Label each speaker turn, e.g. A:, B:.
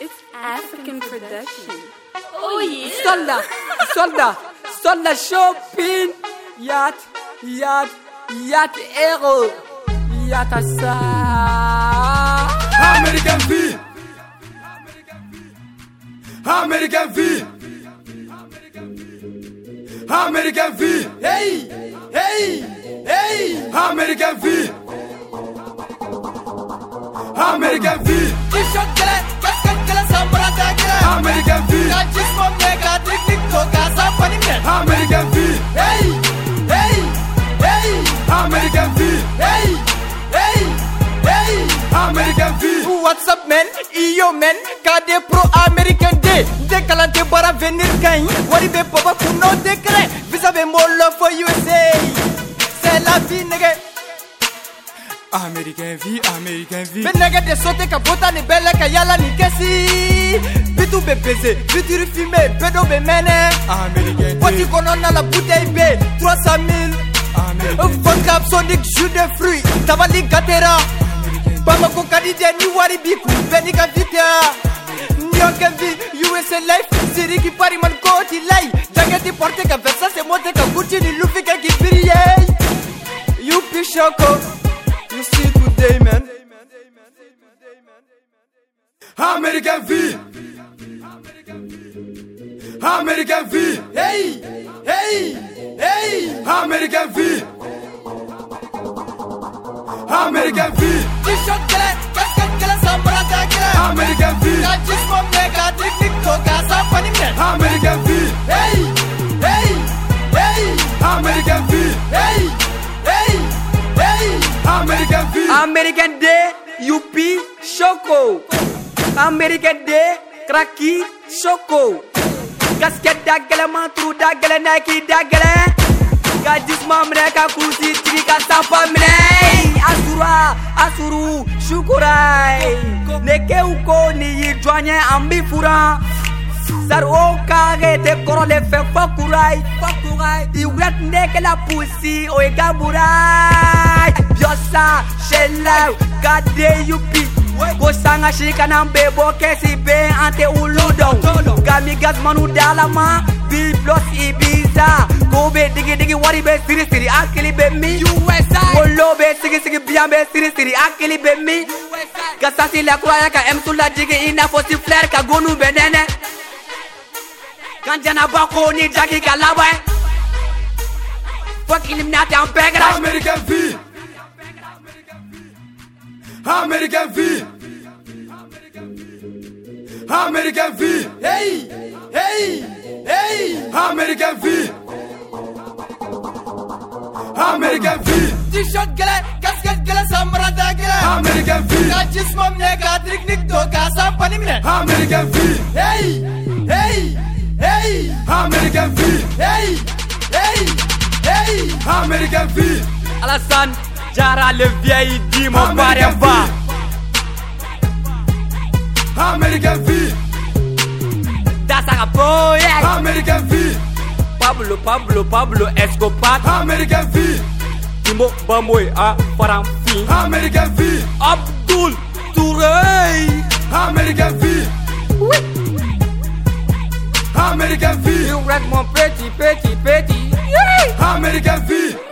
A: It's African production.
B: Oh yeah.
C: Solda, solda, solda shopping. Yat, yat, yat ero. Yatasa.
D: American V. American V. American V. Hey, hey, hey. American V. American V. American V. American V. Hey, hey, hey. American V. Hey, hey, hey. American V.
C: What's up, man? Yo, man. Kade pro American day. De kalante bara venir gain. Wari be baba kuno de kre. Visa be more love for USA. C'est la vie, nigga.
D: American V. American V.
C: Be nigga de sauter ka bota ni belle ka yala ni kesi. Bitu be baiser, bitu refumer, bedo be mene.
D: American
C: Poti
D: V.
C: kono na la bouteille be 300 000.
D: American
C: Vodka absonic, jus de fruits. Tabali gatera. Bamako kadide ni wari biku beni ka vita. Nyonke vi USA life siri ki pari man koti lai. Jange ti porte ka versa se mote ka gucci ni lufi ka kibiri yei. You be shoko. You see today man.
D: American V. American V. Hey, hey, hey. American V. American V. American V. American V. Hey, hey, hey. American V. Hey, hey, hey. American V.
C: American Day, UP Choco. American Day, Kraki Choco. Gasket dagala mantru dagala Nike dagala. Ka jisma mne ka kusi tiri ka sapa mne. Asura, asuru, shukurai. Neke uko ni yidwanye ambi fura. Sar o kage te koro le fe fakurai. Fakurai. Iwet neke la pusi o egaburai. Biosa, shela, gade yupi. Go sanga shika na mbebo kesi be ante uludo. Gami gas manu dalama. B plus Ibiza. Go be digi digi wari be siri siri akili be mi. USA. Olo be sigi sigi bian be siri siri akili be mi. Gasasi la kuraya ka M tu la jigi ina fosi flare ka gonu be nene. Ganjana bako ni jagi ka lawa. Fuck eliminate and begra.
D: American V. American V. American V. Hey, hey, hey. American V. American V.
C: T-shirt gele, casket gele, samrata gele.
D: American V.
C: Jismom ne ka drink nik to ka sampani mine.
D: American V. Hey, hey, hey. American V. Hey, hey, hey. American V.
C: Alassane Jara le vieil dit mon père
D: American
C: va.
D: V. American V.
C: Dasara boye.
D: American V.
C: Pablo, Pablo, Pablo Escobar.
D: American V.
C: Timbo Bamboy a Faramfi.
D: American V.
C: Abdul Touré.
D: American V. American V.
C: You rap mon petit, petit, petit. Yeah.
D: American V.